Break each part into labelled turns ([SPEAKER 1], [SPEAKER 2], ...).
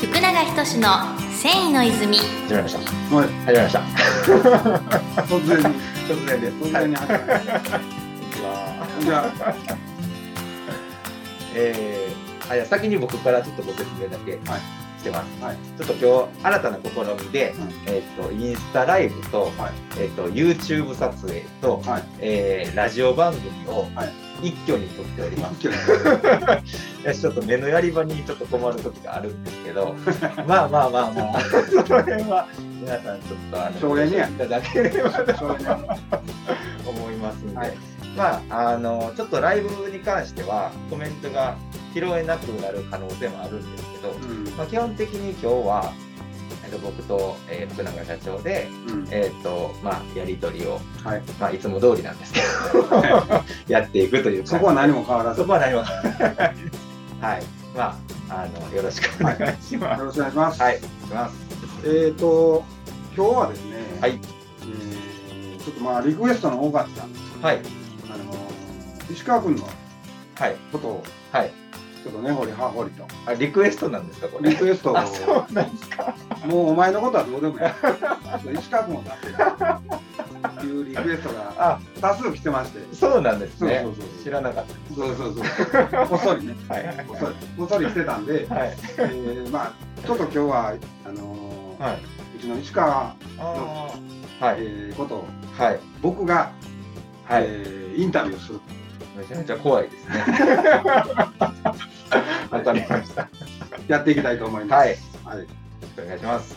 [SPEAKER 1] 福永仁の繊維の泉
[SPEAKER 2] 始まりました。
[SPEAKER 3] はい、
[SPEAKER 2] 始まりました。こ
[SPEAKER 3] 突然に、
[SPEAKER 2] 突然です
[SPEAKER 3] 突然に始まる。じゃあ、
[SPEAKER 2] えー、あいや先に僕からちょっとご説明だけ
[SPEAKER 3] はい
[SPEAKER 2] してます。
[SPEAKER 3] はい
[SPEAKER 2] ちょっと今日新たな試みで、
[SPEAKER 3] うん
[SPEAKER 2] えっ、とインスタライブと、
[SPEAKER 3] はい
[SPEAKER 2] えっ、と YouTube 撮影と、
[SPEAKER 3] はい
[SPEAKER 2] えーラジオ番組を
[SPEAKER 3] は
[SPEAKER 2] 一挙に撮っており ます。
[SPEAKER 3] 一挙に
[SPEAKER 2] いやちょっと目のやり場にちょっと困る時があるんですけ ど、まあまあまあまあ、その辺は皆さんちょっとあの
[SPEAKER 3] 省エネや
[SPEAKER 2] いただければと
[SPEAKER 3] しょうがない
[SPEAKER 2] 思いますんで、
[SPEAKER 3] はい
[SPEAKER 2] まああのちょっとライブに関してはコメントが拾えなくなる可能性もあるんですけど、
[SPEAKER 3] うん
[SPEAKER 2] まあ、基本的に今日は、えっと、僕と、えー福永社長で、
[SPEAKER 3] うん
[SPEAKER 2] えっとまあ、やり取りを、
[SPEAKER 3] はい
[SPEAKER 2] まあ、いつも通りなんですけど やっていくという
[SPEAKER 3] そこは
[SPEAKER 2] な
[SPEAKER 3] 何も変わらず。
[SPEAKER 2] そ
[SPEAKER 3] よ
[SPEAKER 2] こはないわ はいまああのよろしくお願いします。
[SPEAKER 3] ろしくお願いします。
[SPEAKER 2] はい、行きます。
[SPEAKER 3] えっと、今日はですね、
[SPEAKER 2] はい
[SPEAKER 3] えーちょっとまあ、リクエストの多かった、
[SPEAKER 2] はい、
[SPEAKER 3] あのー、石川君の
[SPEAKER 2] はい、
[SPEAKER 3] ことを、
[SPEAKER 2] はい。
[SPEAKER 3] ちょっと根掘り葉掘りと、
[SPEAKER 2] あ、リクエストなんですか、こ
[SPEAKER 3] リ
[SPEAKER 2] れ。
[SPEAKER 3] クエスト を、
[SPEAKER 2] あ、そうなんですか。
[SPEAKER 3] もうお前のことはどうでもいい。ちょっと石川君を出せというリクエストが
[SPEAKER 2] あ、
[SPEAKER 3] 多数来てまして、
[SPEAKER 2] そうなんですね。
[SPEAKER 3] そうそうそう
[SPEAKER 2] 知らなかっ
[SPEAKER 3] そうそうそう、こっそりね、
[SPEAKER 2] た。はいはい
[SPEAKER 3] こっそり こっそり来てたんで、
[SPEAKER 2] はい。
[SPEAKER 3] えーまあちょっと今日はあのー
[SPEAKER 2] はい。
[SPEAKER 3] うちの石川、
[SPEAKER 2] ああ。はい。
[SPEAKER 3] えーこと
[SPEAKER 2] はい。
[SPEAKER 3] 僕が、
[SPEAKER 2] はい。
[SPEAKER 3] えーインタビューする
[SPEAKER 2] めちゃめちゃ怖いですね。わかりました。
[SPEAKER 3] やっていきたいと思いま
[SPEAKER 2] はい。
[SPEAKER 3] す
[SPEAKER 2] よ。
[SPEAKER 3] はい。
[SPEAKER 2] ろしくお願いします。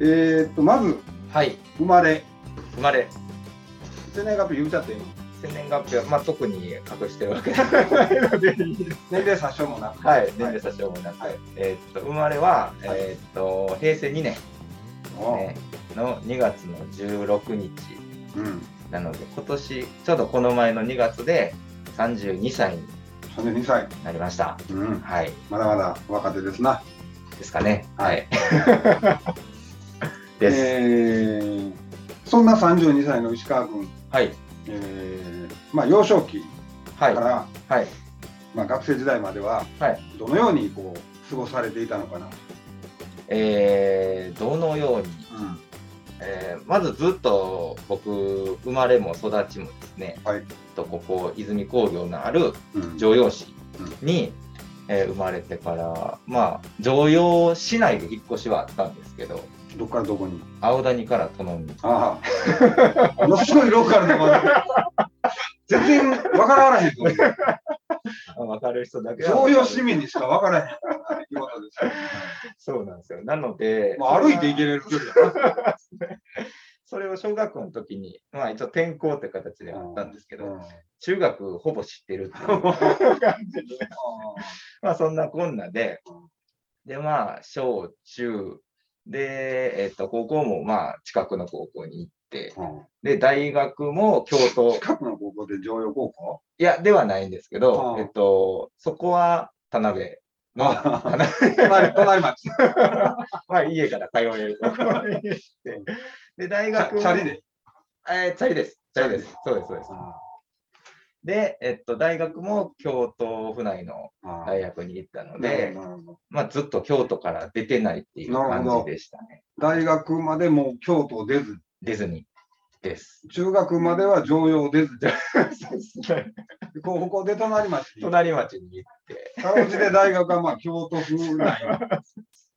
[SPEAKER 3] えーっとまず
[SPEAKER 2] はい。
[SPEAKER 3] 生まれ
[SPEAKER 2] 生まれ。
[SPEAKER 3] 生年月日言うちゃっていいの
[SPEAKER 2] 生年月日は、まあ、特に隠してるわけじゃないのでいいです。
[SPEAKER 3] 年齢差しもなく、
[SPEAKER 2] はい。年
[SPEAKER 3] 年
[SPEAKER 2] 齢差し思いなく
[SPEAKER 3] はい。
[SPEAKER 2] えーっと、生まれは、
[SPEAKER 3] はい
[SPEAKER 2] えーっと、平成2年、
[SPEAKER 3] 齢
[SPEAKER 2] ね、の2月の16日。
[SPEAKER 3] うん。
[SPEAKER 2] なので、今年、ちょうどこの前の2月で32歳に
[SPEAKER 3] 三十二歳。
[SPEAKER 2] なりました。
[SPEAKER 3] うん。
[SPEAKER 2] はい。
[SPEAKER 3] まだまだ若手ですな。
[SPEAKER 2] ですかね。は
[SPEAKER 3] はい い。
[SPEAKER 2] です、
[SPEAKER 3] えーそんな三十二歳の石川君、
[SPEAKER 2] はい。
[SPEAKER 3] えーまあ幼少期
[SPEAKER 2] は
[SPEAKER 3] か
[SPEAKER 2] い。
[SPEAKER 3] ら、
[SPEAKER 2] はい。
[SPEAKER 3] まあ学生時代までは、
[SPEAKER 2] はい
[SPEAKER 3] どのようにこう過ごされていたのかな。
[SPEAKER 2] えー、どのように、えーまずずっと僕、生まれも育ちもですね、
[SPEAKER 3] はい
[SPEAKER 2] とここ、泉工業のある
[SPEAKER 3] うん。
[SPEAKER 2] 常陽市に、えー生まれてから、まあ、常陽市内で引っ越しはあったんですけど、
[SPEAKER 3] どっからどこに。
[SPEAKER 2] 青谷から殿に
[SPEAKER 3] ああ。 ものすごいローカルなこと。全然わからわらへんと思う。
[SPEAKER 2] あ分かる人だけは
[SPEAKER 3] 常用市民にしかわからへんから。いうことですよ
[SPEAKER 2] そうなんですよ。なので、
[SPEAKER 3] もう歩いて行けれる距離だな。
[SPEAKER 2] それを小学校の時に、まあ一応転校って形であったんですけど、
[SPEAKER 3] うん
[SPEAKER 2] 中学ほぼ知ってるっていう 感じにまあそんなこんなで、でまあ小中、で、えっと、高校もまあ近くの高校に行って、で、大学も京
[SPEAKER 3] うん
[SPEAKER 2] 都、
[SPEAKER 3] 近くの高校で常用高校
[SPEAKER 2] いや、ではないんですけど
[SPEAKER 3] う、ん
[SPEAKER 2] えっと、そこは田 辺の、
[SPEAKER 3] あ
[SPEAKER 2] 田辺
[SPEAKER 3] 隣隣町。チ
[SPEAKER 2] まあ家から通えるところに行ってで、大学
[SPEAKER 3] ャ
[SPEAKER 2] も
[SPEAKER 3] チャリで。
[SPEAKER 2] えー、チャリです。チャリです。そうです、そうです。
[SPEAKER 3] あ
[SPEAKER 2] で、えっと、大学も京都府内の
[SPEAKER 3] あ
[SPEAKER 2] 大学に行ったの
[SPEAKER 3] なる
[SPEAKER 2] で
[SPEAKER 3] ほ、どなるほど
[SPEAKER 2] まあ、ずっと京都から出てないっていう感じでしたね。
[SPEAKER 3] 大学までもう京都を出ず、
[SPEAKER 2] ディズニーです。
[SPEAKER 3] 中学までは常用出ず、
[SPEAKER 2] そう
[SPEAKER 3] 高校で隣町に。
[SPEAKER 2] 隣町に行って、
[SPEAKER 3] かろうじて大学はまあ京都府内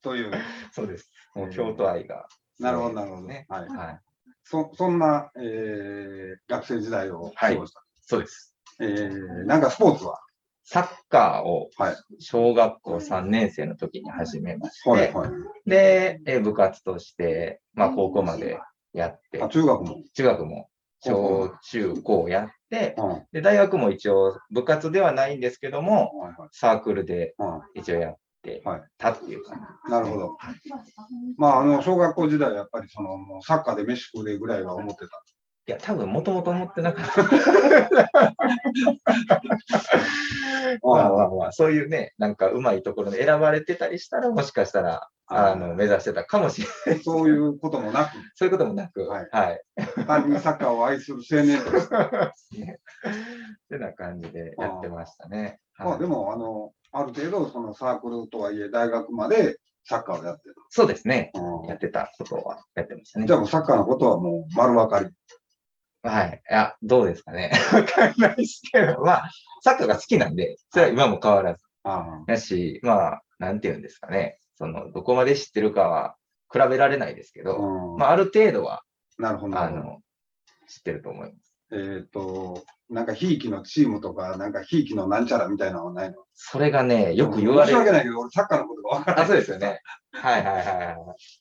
[SPEAKER 3] という。
[SPEAKER 2] そうです。もう京都愛が、
[SPEAKER 3] なるほど、なるほど。
[SPEAKER 2] ね
[SPEAKER 3] ね、はい。
[SPEAKER 2] はい。
[SPEAKER 3] そそんな、えー、学生時代を過ごした。
[SPEAKER 2] そうです。
[SPEAKER 3] えー、なんかスポーツは
[SPEAKER 2] サッカーを
[SPEAKER 3] はい
[SPEAKER 2] 小学校3年生の時に始めまして、
[SPEAKER 3] はいはい。
[SPEAKER 2] で、えー部活として、まあ、高校までやって
[SPEAKER 3] あ、中学も。
[SPEAKER 2] 中学も小中高やって、
[SPEAKER 3] うん。はい
[SPEAKER 2] で、大学も一応部活ではないんですけども、
[SPEAKER 3] は
[SPEAKER 2] サークルで
[SPEAKER 3] い。
[SPEAKER 2] 一応やって
[SPEAKER 3] はい
[SPEAKER 2] たっていう感
[SPEAKER 3] うん。なるほど。まあ、あの、小学校時代はやっぱりその、もうサッカーで飯食うでぐらいは思って
[SPEAKER 2] じ。いや、多分もともと思ってなかった。まあまあまあ、そういうね、なんかうまいところで選ばれてたりしたら、もしかしたら、
[SPEAKER 3] た。
[SPEAKER 2] あの、目指してたかもしれない。
[SPEAKER 3] そういうこともなく、
[SPEAKER 2] そういうこともなく、は
[SPEAKER 3] はいい。 単にサッカーを愛する青年として。
[SPEAKER 2] ねってな感じでやってましたね。
[SPEAKER 3] まあ、で
[SPEAKER 2] も、
[SPEAKER 3] も、あの、ある程度、そのサークルとはいえ、大学までサッカーをやって
[SPEAKER 2] そうですね。
[SPEAKER 3] た。うん
[SPEAKER 2] やってたことはやってましたね
[SPEAKER 3] じゃ。あもうサッカーのことはもう丸分かり。
[SPEAKER 2] はい。いや、どうですかね。 わかんないですけど、まあ、サッカーが好きなんで、それは今も変わらず。
[SPEAKER 3] あ
[SPEAKER 2] だし、まあ、なんて言うんですかね。その、どこまで知ってるかは比べられないですけ
[SPEAKER 3] あ、
[SPEAKER 2] ど、
[SPEAKER 3] うん
[SPEAKER 2] まあ、ある程度は、
[SPEAKER 3] なるほど。な
[SPEAKER 2] あ
[SPEAKER 3] るほど
[SPEAKER 2] の、知ってると思います。
[SPEAKER 3] えっ、と、なんかひいきのチームとか、なんかひいきのなんちゃらみたいなのはないの
[SPEAKER 2] それがね、よく言われ
[SPEAKER 3] 申し訳
[SPEAKER 2] る。
[SPEAKER 3] ないけど、俺サッカーのことが分からない。
[SPEAKER 2] あ、そうですよね。はいはいはいはい。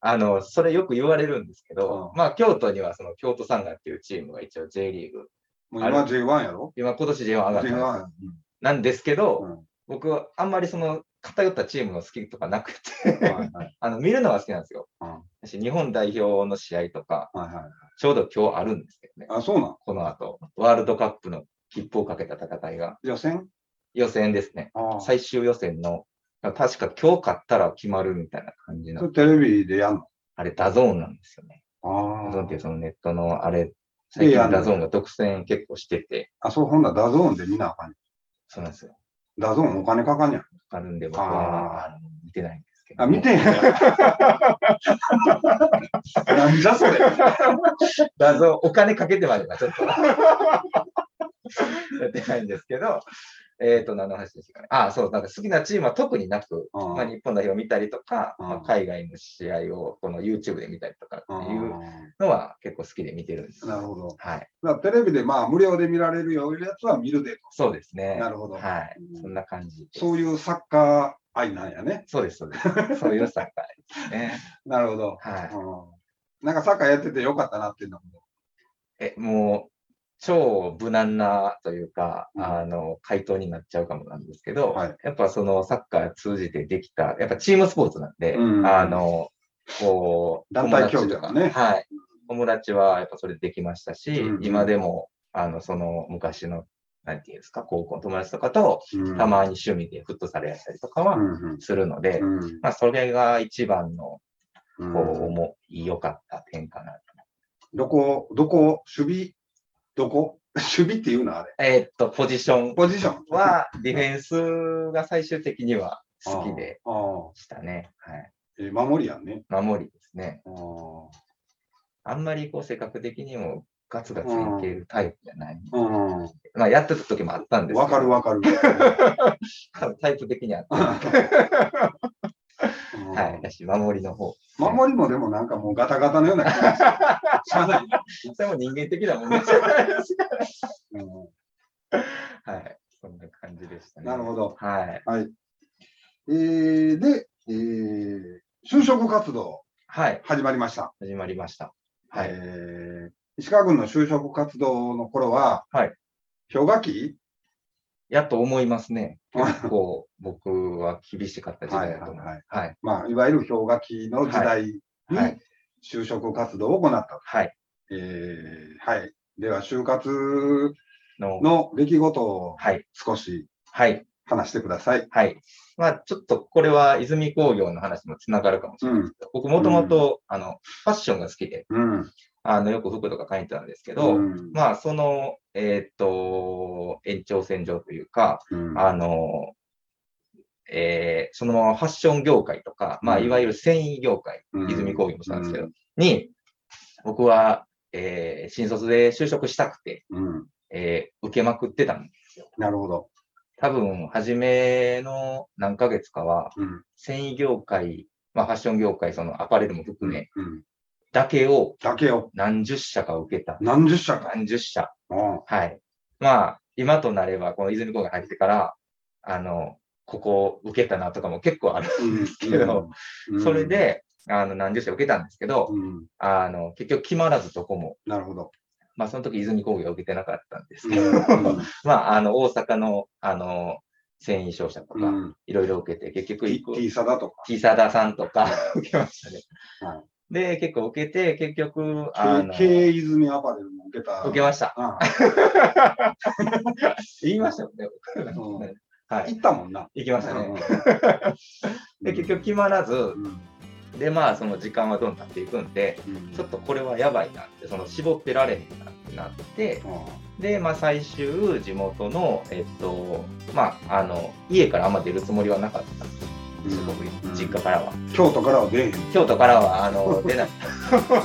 [SPEAKER 2] あの、それよく言われるんですけど、まあ、京都にはその京都サンガっていうチームが一応 J リーグ。
[SPEAKER 3] もう今 J1 やろ
[SPEAKER 2] 今、今年 J1 上がったんです
[SPEAKER 3] ?J1
[SPEAKER 2] よ。
[SPEAKER 3] や。
[SPEAKER 2] なんですけど、
[SPEAKER 3] うん
[SPEAKER 2] 僕はあんまりその偏ったチームの好きとかなく
[SPEAKER 3] うんはい
[SPEAKER 2] て、
[SPEAKER 3] はいはい
[SPEAKER 2] あの見るのは好きなんですよ
[SPEAKER 3] うん。
[SPEAKER 2] 私、日本代表の試合とか、
[SPEAKER 3] はい。
[SPEAKER 2] ちょうど今日あるんですけどね、
[SPEAKER 3] あ、そうなん。
[SPEAKER 2] この後、ワールドカップの切符をかけた戦いが
[SPEAKER 3] 予選
[SPEAKER 2] 予選ですね。
[SPEAKER 3] ああ。そ
[SPEAKER 2] 最終予選の、確か今日勝ったら決まるみたいな感じの、
[SPEAKER 3] れテレビでやんの
[SPEAKER 2] あれ、ダゾーンなんですよね。
[SPEAKER 3] あ
[SPEAKER 2] ダゾーンっていう
[SPEAKER 3] あ。
[SPEAKER 2] そのネットのあれ、最近
[SPEAKER 3] やんの
[SPEAKER 2] ダゾーンが独占結構してて、
[SPEAKER 3] あ、そう、ほんならダゾーンで見なあかんね
[SPEAKER 2] そうなんですよ。
[SPEAKER 3] ん。ダゾーンお金かかんやん。
[SPEAKER 2] あるんで僕は
[SPEAKER 3] あ
[SPEAKER 2] あの見てないんですけど。
[SPEAKER 3] あ、見 てへん。なんじ ゃそれ。
[SPEAKER 2] 画像、お金かけてまではちょっと。 やってないんですけど、えっ、と、何の話ですかね。あ、そう、なんか好きなチームは特になく、
[SPEAKER 3] うん
[SPEAKER 2] まあ、日本代表を見たりとか、
[SPEAKER 3] うん
[SPEAKER 2] まあ、海外の試合をこの YouTube で見たりとか
[SPEAKER 3] う
[SPEAKER 2] っていうんのは結構好きで見てるんです。
[SPEAKER 3] なるほど。
[SPEAKER 2] はい。
[SPEAKER 3] だからテレビでまあ無料で見られるようなやつは見るで。
[SPEAKER 2] そうですね。
[SPEAKER 3] なるほど
[SPEAKER 2] はい。
[SPEAKER 3] うん
[SPEAKER 2] そんな感じです。
[SPEAKER 3] そういうサッカー愛なんやね。
[SPEAKER 2] そうです、そうです。そういうサッカーですね。
[SPEAKER 3] なるほど。
[SPEAKER 2] はい。
[SPEAKER 3] うん、なんかサッカーやっててよかったなっていうのも。
[SPEAKER 2] え、もう、超無難なというか、
[SPEAKER 3] うん
[SPEAKER 2] あの、回答になっちゃうかもなんですけど、
[SPEAKER 3] はい
[SPEAKER 2] やっぱそのサッカー通じてできた、やっぱチームスポーツなんで、
[SPEAKER 3] うん
[SPEAKER 2] あの、こう、
[SPEAKER 3] 団体
[SPEAKER 2] 友達
[SPEAKER 3] 競技とかね
[SPEAKER 2] はい。友達はやっぱそれできましたし、
[SPEAKER 3] うん
[SPEAKER 2] 今でも、あの、その昔の、なんていうんですか、高校の友達とかと、
[SPEAKER 3] うん
[SPEAKER 2] たまに趣味でフットサルやったりとか
[SPEAKER 3] う
[SPEAKER 2] は
[SPEAKER 3] んうん
[SPEAKER 2] するので、
[SPEAKER 3] うん
[SPEAKER 2] まあ、それが一番の、
[SPEAKER 3] う
[SPEAKER 2] こ
[SPEAKER 3] ん
[SPEAKER 2] う、思い良かった点かな
[SPEAKER 3] どこ、どこ、守備、どこ、 守備っていうのあれ。
[SPEAKER 2] えーっと、ポジション
[SPEAKER 3] ポジション
[SPEAKER 2] は、ディフェンスが最終的には好きで
[SPEAKER 3] あーあ
[SPEAKER 2] したね。は
[SPEAKER 3] ーえ守りやんね。
[SPEAKER 2] い。守りですね。
[SPEAKER 3] あー
[SPEAKER 2] あんまりこう、性格的にもガツガツいけるタイプじゃない。
[SPEAKER 3] うん
[SPEAKER 2] まあ、やってた時もあったんですけど
[SPEAKER 3] わかる わかる。
[SPEAKER 2] タイプ的にあった。
[SPEAKER 3] うん
[SPEAKER 2] はい。だし、守りの方。
[SPEAKER 3] 守りもでもなんかもうガタガタのような 感じしゃない。
[SPEAKER 2] それも人間的なもんじゃないです
[SPEAKER 3] うん
[SPEAKER 2] か。 はい。そんな感じでしたね。
[SPEAKER 3] なるほど。
[SPEAKER 2] はい。
[SPEAKER 3] えーで、えー就職活動
[SPEAKER 2] はい。
[SPEAKER 3] 始まりました。
[SPEAKER 2] 始まりました。はい。
[SPEAKER 3] えー石川君の就職活動の頃は、
[SPEAKER 2] はい
[SPEAKER 3] 氷河期
[SPEAKER 2] やっと思いますね。結構、僕は厳しかった時代だと思う。
[SPEAKER 3] はいはい
[SPEAKER 2] はい。
[SPEAKER 3] まあ、いわゆる氷河期の時代に
[SPEAKER 2] はい。
[SPEAKER 3] 就職活動を行った。
[SPEAKER 2] はい。
[SPEAKER 3] えーはい。では、就活
[SPEAKER 2] の、
[SPEAKER 3] の出来事を
[SPEAKER 2] はい。
[SPEAKER 3] 少し
[SPEAKER 2] はい。
[SPEAKER 3] 話してください。
[SPEAKER 2] はい。まあ、ちょっとこれは泉工業の話にもつながるかもしれないですけど、僕もともと、あの、ファッションが好きで、
[SPEAKER 3] うん。
[SPEAKER 2] あの、よく服とか書いてたんですけど、
[SPEAKER 3] うん
[SPEAKER 2] まあ、その、えーっと、延長線上というか、
[SPEAKER 3] うん
[SPEAKER 2] あの、えーそのままファッション業界とか、まあ、
[SPEAKER 3] うん
[SPEAKER 2] いわゆる繊維業界、
[SPEAKER 3] うん
[SPEAKER 2] 泉工業もしたんですけど、
[SPEAKER 3] う
[SPEAKER 2] に、僕は、えー新卒で就職したくて、
[SPEAKER 3] うん
[SPEAKER 2] えー受けまくってたんですよ。
[SPEAKER 3] なるほど。
[SPEAKER 2] 多分、初めの何ヶ月かは、
[SPEAKER 3] うん
[SPEAKER 2] 繊維業界、まあ、ファッション業界、そのアパレルも含め、
[SPEAKER 3] うん
[SPEAKER 2] だけを
[SPEAKER 3] だけを
[SPEAKER 2] 何十社か受けた。
[SPEAKER 3] 何十社か。
[SPEAKER 2] 何十社。
[SPEAKER 3] うん
[SPEAKER 2] はい。まあ、今となれば、この泉高が入ってから、あの、ここ受けたなとかも結構ある。けど
[SPEAKER 3] うん
[SPEAKER 2] それ、で、あの、何十社受けたんですけど、
[SPEAKER 3] うん
[SPEAKER 2] あの、結局決まらずどこも、
[SPEAKER 3] なる ほど。
[SPEAKER 2] まあ、その時泉工業は受けてなかったんです
[SPEAKER 3] う
[SPEAKER 2] けど、
[SPEAKER 3] ん
[SPEAKER 2] まあ、あの、大阪の、あの、繊維商社と
[SPEAKER 3] う
[SPEAKER 2] か、
[SPEAKER 3] ん
[SPEAKER 2] いろいろ受けて、結局一個
[SPEAKER 3] T サだとか、
[SPEAKER 2] T サダさんとか受けましたね
[SPEAKER 3] は。
[SPEAKER 2] で、結構受けて、結局、あの、受
[SPEAKER 3] 経営泉アパレルも受けた。
[SPEAKER 2] けました。
[SPEAKER 3] あ
[SPEAKER 2] 言いましたよね。
[SPEAKER 3] あうん
[SPEAKER 2] はい。
[SPEAKER 3] 行ったもんな。
[SPEAKER 2] 行きましたね。 で、結局決まらず
[SPEAKER 3] う、ん
[SPEAKER 2] で、まあ、その時間はどんどん経っていくんで、
[SPEAKER 3] うん
[SPEAKER 2] ちょっとこれはやばいなって、その絞ってられへんなってなって、で、まあ、最終、地元の、えっと、まあ、あの、家からあんま出るつもりはなかったんですすごく
[SPEAKER 3] うん
[SPEAKER 2] 実家からは。
[SPEAKER 3] 京都からは出えへん。
[SPEAKER 2] 京都からはあの出ない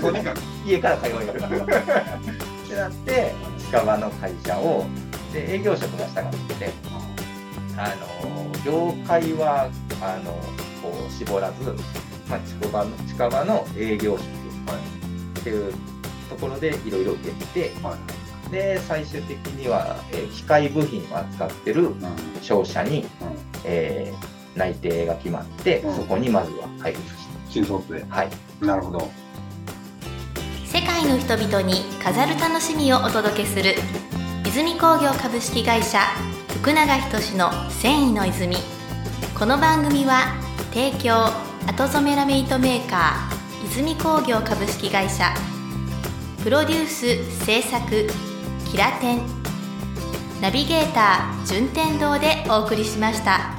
[SPEAKER 3] とにか く。
[SPEAKER 2] 家から通いよったってなって近場の会社をで営業職がしたかっててあの業界はあのこう絞らず、まあ、近場の近場の営業職っていうところでいろいろ受けて
[SPEAKER 3] は
[SPEAKER 2] で最終的には、えー機械部品を扱ってる
[SPEAKER 3] い。うん
[SPEAKER 2] 商社に、
[SPEAKER 3] うん
[SPEAKER 2] えー内定が決まって、
[SPEAKER 3] うん
[SPEAKER 2] そこにまずは入りまし
[SPEAKER 3] 新卒で。
[SPEAKER 2] た。はい
[SPEAKER 3] なるほど。
[SPEAKER 1] 世界の人々に飾る楽しみをお届けする泉工業株式会社福永仁の繊維の泉この番組は提供後染めラメイトメーカー泉工業株式会社プロデュース制作キラテンナビゲーター順天堂でお送りしました。